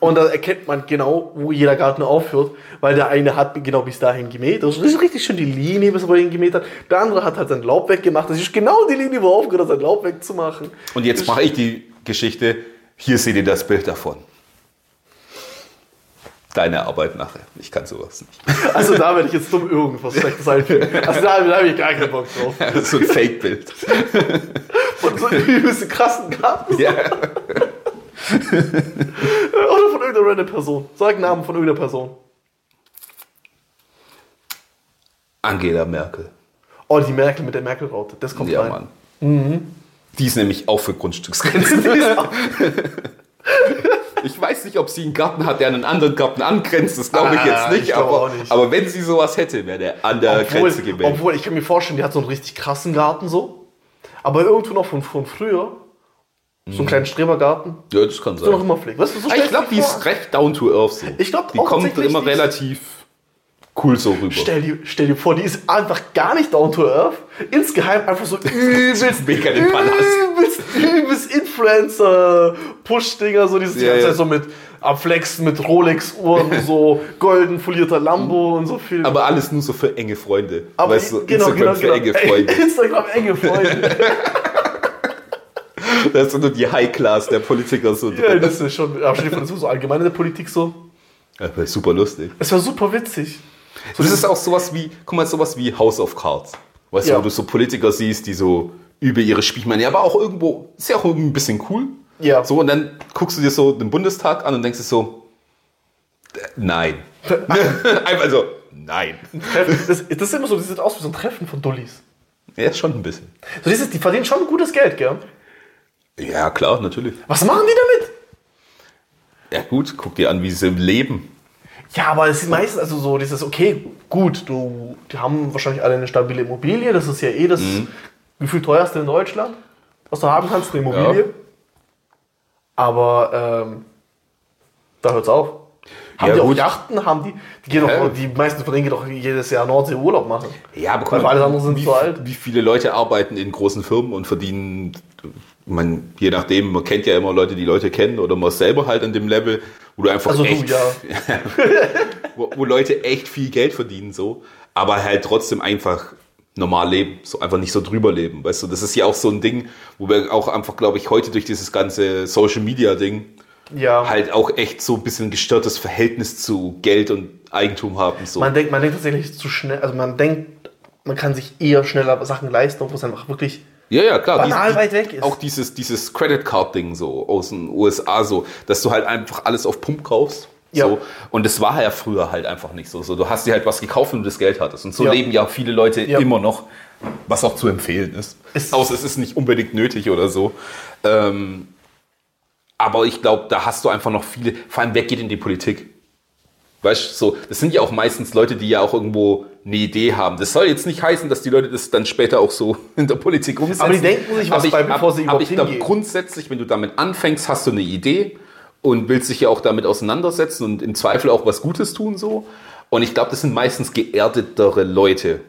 Und da erkennt man genau, wo jeder Garten aufhört, weil der eine hat genau bis dahin gemäht. Das ist richtig schön die Linie, bis er dahin gemäht hat. Der andere hat halt sein Laub weggemacht. Das ist genau die Linie, wo er aufgehört hat, sein Laub wegzumachen. Und jetzt mache ich die Geschichte. Hier seht ihr das Bild davon. Deine Arbeit nachher. Ich kann sowas nicht. (laughs) Also da werde ich jetzt dumm irgendwas Schlechtes einfügen. Also da, da habe ich gar keinen Bock drauf. Das ist so ein (laughs) Fake-Bild. Von so einem übelsten krassen Garten Ja. oder von irgendeiner random Person. Sag Namen von irgendeiner Person. Angela Merkel. Oh, die Merkel mit der Merkel-Raute. Das kommt Ja, rein. Mann. Die ist nämlich auch für Grundstücksgrenzen. Mhm. (laughs) Die ist auch- (laughs) Ich weiß nicht, ob sie einen Garten hat, der an einen anderen Garten angrenzt. Das glaube ich Ah, jetzt nicht. ich glaube aber, auch nicht. aber wenn sie sowas hätte, wäre der an der Grenze obwohl, gewesen. obwohl, ich kann mir vorstellen, die hat so einen richtig krassen Garten so. Aber irgendwo noch von, von früher. So einen kleinen Strebergarten. Ja, das kann So noch sein. immer pflegt. Weißt du, so Ah, stellst Mhm. ich glaube, du die dich ist vor. recht down to earth. So. Ich glaub die auch kommt tatsächlich, immer die ist- relativ cool so rüber. Stell dir, stell dir vor, die ist einfach gar nicht down to earth. Insgeheim einfach so übelst, Mega den Palast. übelst, übelst Influencer, Push-Dinger, so dieses die Ja, ganze ja. Zeit so mit am Flexen, mit (laughs) Rolex-Uhren, so golden folierter Lambo und so viel. Aber alles nur so für enge Freunde. Aber genau, weißt du, Instagram für enge Ey, Freunde. (laughs) Instagram enge (laughs) Freunde. Das sind nur die High Class der Politiker so ja, drin. das ist schon, aber stell dir vor, das ist so allgemein in der Politik so. Aber super lustig. Es war super witzig. So, das ist auch sowas wie, guck mal, sowas wie House of Cards. Weißt Ja. du, wo du so Politiker siehst, die so über ihre Spielmann, ja, aber auch irgendwo, ist ja auch irgendwie ein bisschen cool. Ja. So, und dann guckst du dir so den Bundestag an und denkst dir so, äh, (laughs) nein. Einfach so, nein. Treffen- Das, das ist immer so, die sieht aus wie so ein Treffen von Dullis. Ja, schon ein bisschen. So, dieses, die verdienen schon gutes Geld, gell? Ja, klar, natürlich. Was machen die damit? Ja, gut, guck dir an, wie sie leben. Ja, aber es ist meistens also so dieses, okay, gut, du, die haben wahrscheinlich alle eine stabile Immobilie, das ist ja eh das Mhm. gefühlt teuerste in Deutschland, was du haben kannst, eine Immobilie. Ja. Aber ähm, da hört's auf. Haben Ja, die auch gut. Yachten, haben die, die gehen Ja. doch, die meisten von denen gehen doch jedes Jahr Nordsee Urlaub machen. Ja, aber Weil alles andere sind wie, zu alt. Wie viele Leute arbeiten in großen Firmen und verdienen, man, je nachdem, man kennt ja immer Leute, die Leute kennen oder man ist selber halt an dem Level, wo du einfach Also du, echt, ja. wo, wo Leute echt viel Geld verdienen so, aber halt trotzdem einfach normal leben, so einfach nicht so drüber leben, weißt du, das ist ja auch so ein Ding, wo wir auch einfach, glaube ich, heute durch dieses ganze Social Media Ding Ja. halt auch echt so ein bisschen gestörtes Verhältnis zu Geld und Eigentum haben so. Man denkt, man denkt tatsächlich zu schnell, also man denkt, man kann sich eher schneller Sachen leisten, obwohl es einfach wirklich. Ja, ja, klar. Banal weit weg ist. Auch dieses, dieses Credit Card Ding so aus den USA so, dass du halt einfach alles auf Pump kaufst. Ja. So. Und das war ja früher halt einfach nicht so. so. Du hast dir halt was gekauft, wenn du das Geld hattest. Und so Ja. leben ja viele Leute Ja. immer noch, was auch zu empfehlen ist. Es- Außer es ist nicht unbedingt nötig oder so. Ähm, aber ich glaube, da hast du einfach noch viele, vor allem wer geht in die Politik? Weißt du, so, das sind ja auch meistens Leute, die ja auch irgendwo eine Idee haben. Das soll jetzt nicht heißen, dass die Leute das dann später auch so (laughs) in der Politik umsetzen. Aber die denken sich was Aber ich- bei, bevor sie Aber überhaupt ich glaube, hingehen. grundsätzlich, wenn du damit anfängst, hast du eine Idee und willst dich ja auch damit auseinandersetzen und im Zweifel auch was Gutes tun so. Und ich glaube, das sind meistens geerdetere Leute.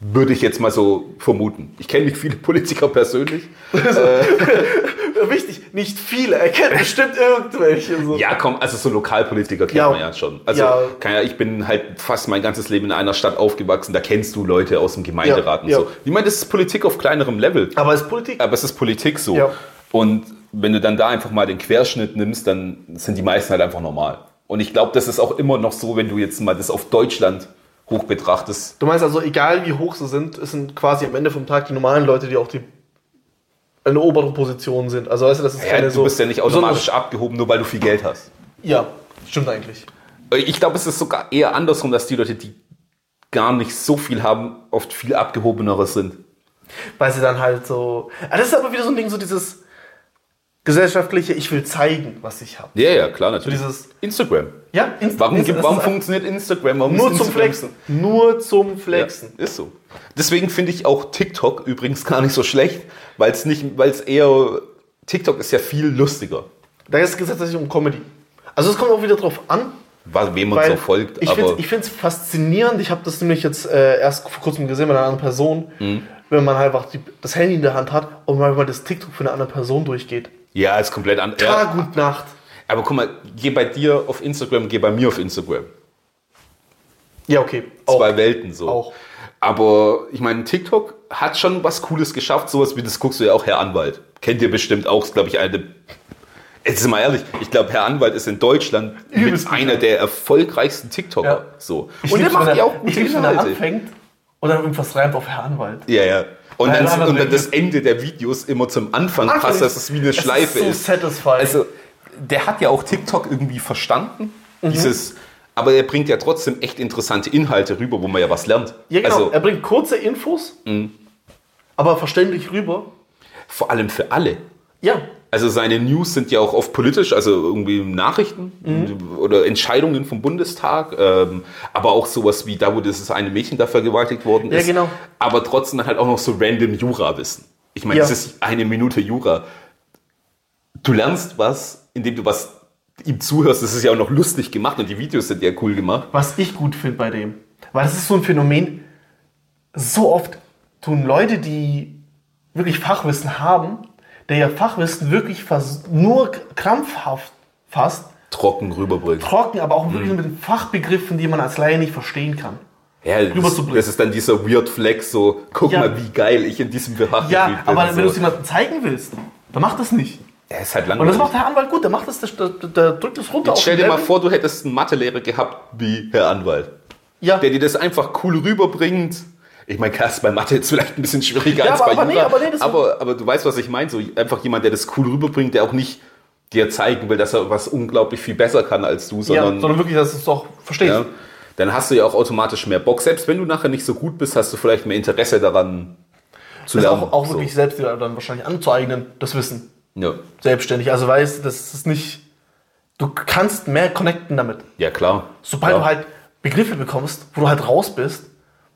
Würde ich jetzt mal so vermuten. Ich kenne nicht viele Politiker persönlich. Wichtig, nicht viele, er kennt bestimmt irgendwelche. So. Ja, komm, also so Lokalpolitiker kennt Ja. man ja schon. Also, Ja. Kann ja, ich bin halt fast mein ganzes Leben in einer Stadt aufgewachsen, da kennst du Leute aus dem Gemeinderat Ja, und ja. so. Ich meine, das ist Politik auf kleinerem Level, Aber es ist Politik. aber es ist Politik so. Ja. Und wenn du dann da einfach mal den Querschnitt nimmst, dann sind die meisten halt einfach normal. Und ich glaube, das ist auch immer noch so, wenn du jetzt mal das auf Deutschland hoch betrachtest. Du meinst also, egal wie hoch sie sind, es sind quasi am Ende vom Tag die normalen Leute, die auch die in der oberen Position sind. Also weißt du, das ist Ja, keine du so. bist ja nicht besonders- automatisch abgehoben, nur weil du viel Geld hast. Ja, stimmt eigentlich. Ich glaube, es ist sogar eher andersrum, dass die Leute, die gar nicht so viel haben, oft viel abgehobenerer sind. Weil sie dann halt so. Ah, das ist aber wieder so ein Ding, so dieses gesellschaftliche, ich will zeigen, was ich habe. Ja, ja, klar, natürlich. So dieses- Instagram. Ja, Inst- Warum, Inst- gibt, das warum ist- funktioniert Instagram? Warum Nur ist zum Instagram Flexen. Nur zum Flexen. Ja, ist so. Deswegen finde ich auch TikTok übrigens (laughs) gar nicht so schlecht, weil es nicht, weil es eher TikTok ist ja viel lustiger, Da geht es tatsächlich um Comedy. Also es kommt auch wieder drauf an, was- wem man weil so folgt. ich aber finde es faszinierend. Ich habe das nämlich jetzt äh, erst vor kurzem gesehen bei einer anderen Person, Mhm. wenn man halt einfach die, das Handy in der Hand hat und manchmal das TikTok von einer anderen Person durchgeht. ja, ist komplett anders. Tag Ja, und Nacht. aber guck mal, geh bei dir auf Instagram, geh bei mir auf Instagram. Ja, okay. zwei Welten so. Auch. Aber ich meine, TikTok hat schon was Cooles geschafft, sowas wie das guckst du ja auch, Herr Anwalt. Kennt ihr bestimmt auch, glaube ich, eine. Jetzt mal ehrlich, ich glaube, Herr Anwalt ist in Deutschland Übelst mit einer der erfolgreichsten TikToker. Ja. So. Ich Und der lieb's, macht wenn ja er- auch gute ich lieb's, wenn er Inhalte. anfängt und dann irgendwas reimt auf Herr Anwalt. Ja, ja. Und Nein, dann, nein, nein, und dann nein. das Ende der Videos immer zum Anfang Anfang passt, ist- dass es wie eine es ist Schleife so ist. satisfying. Also, der hat ja auch TikTok irgendwie verstanden, Mhm. dieses, aber er bringt ja trotzdem echt interessante Inhalte rüber, wo man ja was lernt. Ja, genau. Also, Mhm. er bringt kurze Infos, aber verständlich rüber. vor allem für alle. Ja. Also seine News sind ja auch oft politisch, also irgendwie Nachrichten Mhm. oder Entscheidungen vom Bundestag, ähm, aber auch sowas wie da, wo dieses eine Mädchen da vergewaltigt worden Ja, ist. genau. Aber trotzdem halt auch noch so random Jura-Wissen. Ich meine, Ja. das ist eine Minute Jura. Du lernst was, indem du was ihm zuhörst, das ist ja auch noch lustig gemacht und die Videos sind ja cool gemacht. was ich gut finde bei dem. Weil das ist so ein Phänomen, so oft tun Leute, die wirklich Fachwissen haben, der ja Fachwissen wirklich vers- nur krampfhaft fast, Trocken rüberbringen. trocken, aber Mhm. auch wirklich mit den Fachbegriffen, die man als Laie nicht verstehen kann. Ja, das, rüberzubringen. das ist dann dieser Weird Flex, so, guck Ja. mal, wie geil ich in diesem Bereich Ja, aber wenn du es so. jemandem zeigen willst, dann macht das nicht. Er ist halt Und langweilig. das macht der Anwalt gut, der macht das, der, der, der drückt das runter. auf Stell den dir mal Level. vor, du hättest einen Mathelehrer gehabt wie Herr Anwalt, ja. der dir das einfach cool rüberbringt. Ich meine, klar, ist bei Mathe jetzt vielleicht ein bisschen schwieriger Ja, als aber- bei aber nee, Jura, aber nee, das- aber, aber du weißt, was ich meine. So einfach jemand, der das cool rüberbringt, der auch nicht dir zeigen will, dass er was unglaublich viel besser kann als du, ja, sondern, sondern wirklich, dass du es auch verstehst. ja, dann hast du ja auch automatisch mehr Bock. Selbst wenn du nachher nicht so gut bist, hast du vielleicht mehr Interesse daran zu Das lernen. auch, auch so. wirklich selbst dir dann wahrscheinlich anzueignen, das Wissen. Ja. selbstständig. Also weißt, das ist nicht. Du kannst mehr connecten damit. ja, klar. Sobald ja. du halt Begriffe bekommst, wo du halt raus bist,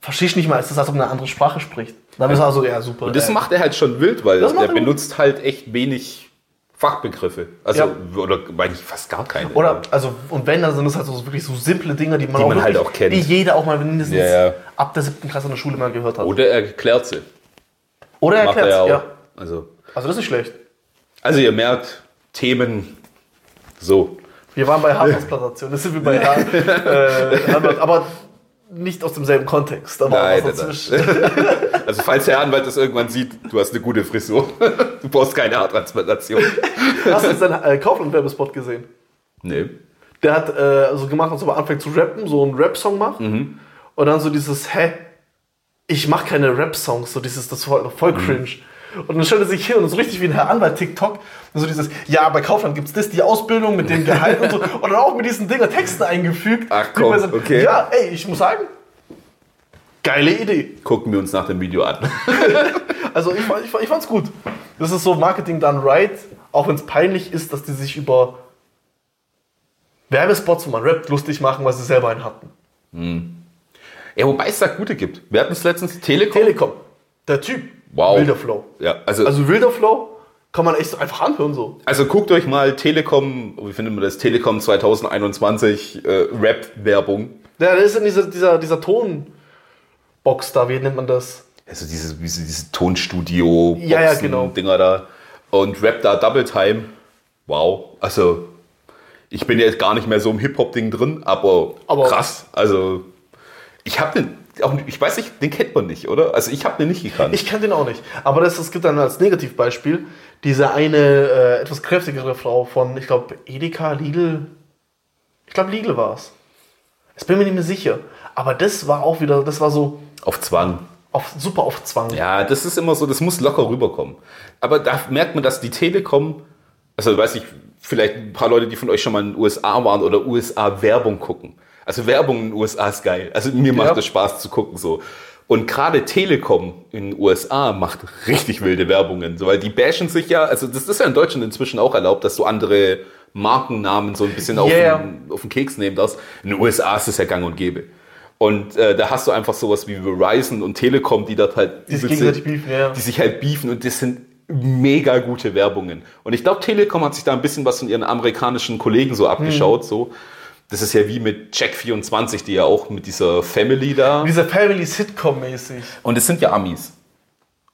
verstehst du nicht mal, es ist, als ob man eine andere Sprache spricht. Dann bist du also, ja, super. Und das äh, macht er halt schon wild, weil Das der macht er gut. benutzt halt echt wenig Fachbegriffe. Also, Ja. oder eigentlich fast gar keine. oder, also, und wenn, dann sind es halt so wirklich so simple Dinge, die man, Die man halt wirklich- auch kennt. Die jeder auch mal mindestens Ja, ja. ab der siebten Klasse in der Schule mal gehört hat. oder er erklärt sie. Oder Macht er erklärt ja auch. ja. Also, Also, das ist nicht schlecht. also, ihr merkt, Themen so. Wir waren bei Haartransplantation, das sind wir bei Haar, (laughs) äh, Anwalt, aber nicht aus demselben Kontext. Aber Nein, was nein, nein. dazwischen. Also, falls der Anwalt das irgendwann sieht, du hast eine gute Frisur. (laughs) Du brauchst keine Haartransplantation. Hast du jetzt deinen äh, Kaufland-Werbespot gesehen? Nee. Der hat äh, so gemacht, als ob er anfängt zu rappen, so einen Rap-Song macht. Mhm. Und dann so dieses, hä, ich mach keine Rap-Songs, so dieses, das war halt Mhm. voll cringe. Und dann stellt er sich hin und so richtig wie ein Herr Anwalt TikTok. Und so dieses, ja, bei Kaufland gibt's das, die Ausbildung mit dem Gehalt (laughs) und so. Und dann auch mit diesen Dinger Texten eingefügt. Ach Die komm, man so- okay. Ja, ey, ich muss sagen, geile Idee. Gucken wir uns nach dem Video an. Also ich, fand- ich, fand- ich fand's gut. Das ist so Marketing done right, auch wenn's peinlich ist, dass die sich über Werbespots, wo man rappt, lustig machen, weil sie selber einen hatten. Ja, wobei es da gute gibt. Wir hatten es letztens Telekom. Telekom, der Typ, Wow. Wilder Flow. ja, also, also, Also Wilder Flow kann man echt so einfach anhören so. guckt euch mal Telekom, wie findet man das? Telekom 2021 äh, Rap-Werbung. Ja, das ist dann dieser, dieser, dieser Tonbox da, wie nennt man das? Also diese, diese, diese Tonstudio, Ja, ja, genau. Dinger da. Und Rap da Double Time. Wow. Also, ich bin jetzt gar nicht mehr so im Hip-Hop-Ding drin, aber, Aber- krass. Also, ich habe den, auch, ich weiß nicht, den kennt man nicht, oder? Also, ich habe den nicht gekannt. Ich kenne den auch nicht. Aber das, es gibt dann als Negativbeispiel diese eine äh, etwas kräftigere Frau von, ich glaube, Edeka, Lidl. Ich glaube, Lidl war es. Ich bin mir nicht mehr sicher. Aber das war auch wieder, das war so Auf Zwang. auf, super auf Zwang. Ja, das ist immer so, das muss locker rüberkommen. Aber da merkt man, dass die Telekom, also weiß ich, vielleicht ein paar Leute, die von euch schon mal in den USA waren oder USA-Werbung gucken. Also Werbung in den USA ist geil. Also mir macht Ja. es Spaß zu gucken so. Und gerade Telekom in den USA macht richtig wilde Werbungen, so, weil die bashen sich ja, also das ist ja in Deutschland inzwischen auch erlaubt, dass du andere Markennamen so ein bisschen auf, Ja, den, auf den Keks nehmen darfst. In den USA ist es ja gang und gäbe. Und äh, da hast du einfach sowas wie Verizon und Telekom, die dort halt Die sich übelst- gegenseitig beefen, ja. die sich halt beefen und das sind mega gute Werbungen. Und ich glaube, Telekom hat sich da ein bisschen was von ihren amerikanischen Kollegen so abgeschaut. So. Das ist ja wie mit Check24, die ja auch mit dieser Family da. Diese Family-Sitcom-mäßig. Und es sind ja Amis.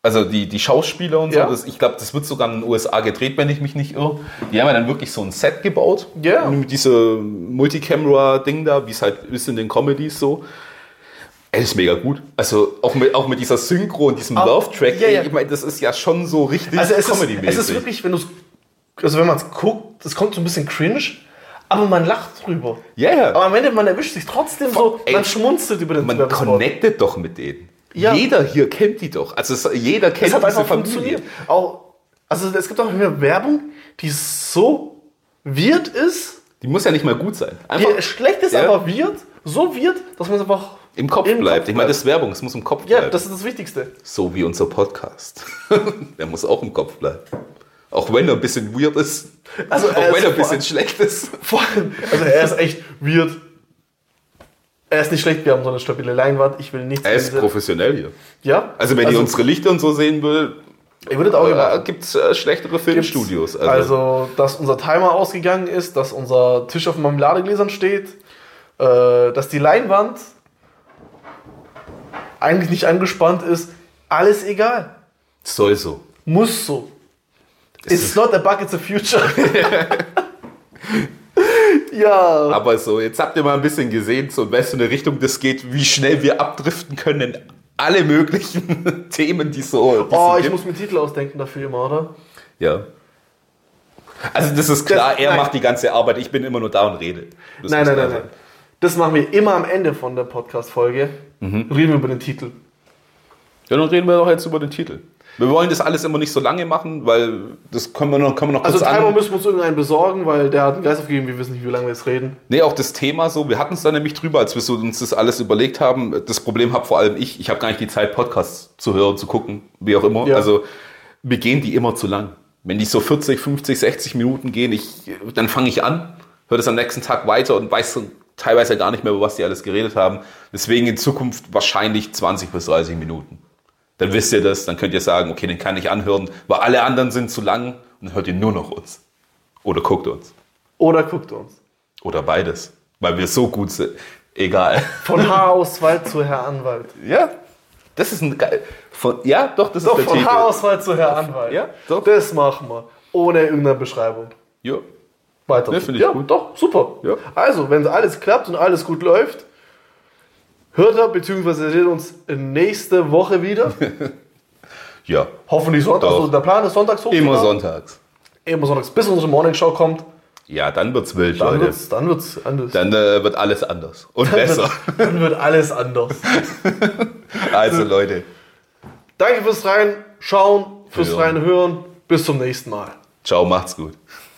Also die, die Schauspieler und Ja. so, das, ich glaube, das wird sogar in den USA gedreht, wenn ich mich nicht irre. Die haben ja dann wirklich so ein Set gebaut. Ja. Mit dieser Multicamera-Ding da, wie es halt ist in den Comedies so. Ey, ist mega gut. Also auch mit, auch mit dieser Synchro und diesem Ah, Love-Track. ja, ey, ja. Ich meine, das ist ja schon so richtig Also es ist, es Comedy-mäßig. ist wirklich, wenn du also wenn man es guckt, es kommt so ein bisschen cringe, aber man lacht drüber. Ja, ja. Aber am Ende, man erwischt sich trotzdem so, Ey, man schmunzelt über den Man Werbespot. connectet doch mit denen. Ja. Jeder hier kennt die doch. Also es, jeder kennt Es hat diese einfach Familie. funktioniert. Auch, also es gibt auch mehr Werbung, die so weird ist, Die muss ja nicht mal gut sein. die Einfach schlecht ist, Ja. aber weird, so weird, dass man es einfach im Kopf bleibt. ich meine, das ist Werbung, es muss im Kopf ja, bleiben. das ist das Wichtigste. So wie unser Podcast. (laughs) Der muss auch im Kopf bleiben. Auch wenn er ein bisschen weird ist. Also, auch er ist wenn er ein vor- bisschen schlecht ist. Vor allem, also er ist echt weird. Er ist nicht schlecht, wir haben so eine stabile Leinwand, ich will nichts. Er ist gegen diese- professionell hier. Ja? Also wenn ihr unsere Lichter und so sehen will, Ich würde das Also auch gerne Äh, machen. Gibt es äh, schlechtere Filmstudios? Also, dass unser Timer ausgegangen ist, dass unser Tisch auf Marmeladegläsern steht, äh, dass die Leinwand eigentlich nicht angespannt ist. Alles egal. soll so. Muss so. It's ist- not a bug, it's a (laughs) future. ja. Aber so, jetzt habt ihr mal ein bisschen gesehen, so in welche eine Richtung das geht, wie schnell wir abdriften können in alle möglichen (laughs) Themen, die so. Die Oh, so ich gibt. muss mir Titel ausdenken dafür immer, oder? Ja. Also das ist klar, Das- er nein. macht die ganze Arbeit, ich bin immer nur da und rede. Das Nein, muss nein, klar nein, nein. sein. Das machen wir immer am Ende von der Podcast-Folge. Mhm. Reden wir über den Titel. Ja, dann reden wir doch jetzt über den Titel. Wir wollen das alles immer nicht so lange machen, weil das können wir noch, können wir noch Also, kurz Timer an. müssen wir uns irgendeinen besorgen, weil der hat einen Geist aufgegeben, wir wissen nicht, wie lange wir jetzt reden. Nee, auch das Thema so, wir hatten es da nämlich drüber, als wir so uns das alles überlegt haben. Das Problem habe vor allem ich, ich habe gar nicht die Zeit, Podcasts zu hören, zu gucken, wie auch immer. Ja. Also mir gehen die immer zu lang. Wenn die so 40, 50, 60 Minuten gehen, ich, dann fange ich an, höre das am nächsten Tag weiter und weiß so teilweise gar nicht mehr, über was die alles geredet haben. Deswegen in Zukunft wahrscheinlich 20 bis 30 Minuten. Dann wisst ihr das, dann könnt ihr sagen, okay, den kann ich anhören, weil alle anderen sind zu lang und dann hört ihr nur noch uns. Oder guckt uns. Oder guckt uns. Oder beides. Weil wir so gut sind. Egal. Von (laughs) Haarauswahl zu Herr Anwalt. Ja. Das ist ein geil. Von, ja, doch, das Doch, ist der von Titel. Haarauswahl zu Herr Anwalt. Ja, doch. Das machen wir. Ohne irgendeine Beschreibung. Ja. Weiter. Ne, so. finde ich ja, gut. doch, super. Ja. Also, wenn alles klappt und alles gut läuft, hört er bzw. seht uns nächste Woche (laughs) wieder. ja. Genau. Hoffentlich Sonntag. Doch. Also, der Plan ist sonntags hoch. Immer sonntags. Immer sonntags, bis unsere Morningshow kommt. Ja, dann wird's wild, Dann Leute. wird's, dann wird's anders. dann äh, wird alles anders. Und besser. Wird, dann wird alles (laughs) anders. Also, Leute. Danke fürs Reinschauen, fürs Hören. Reinhören. Bis zum nächsten Mal. Ciao, macht's gut.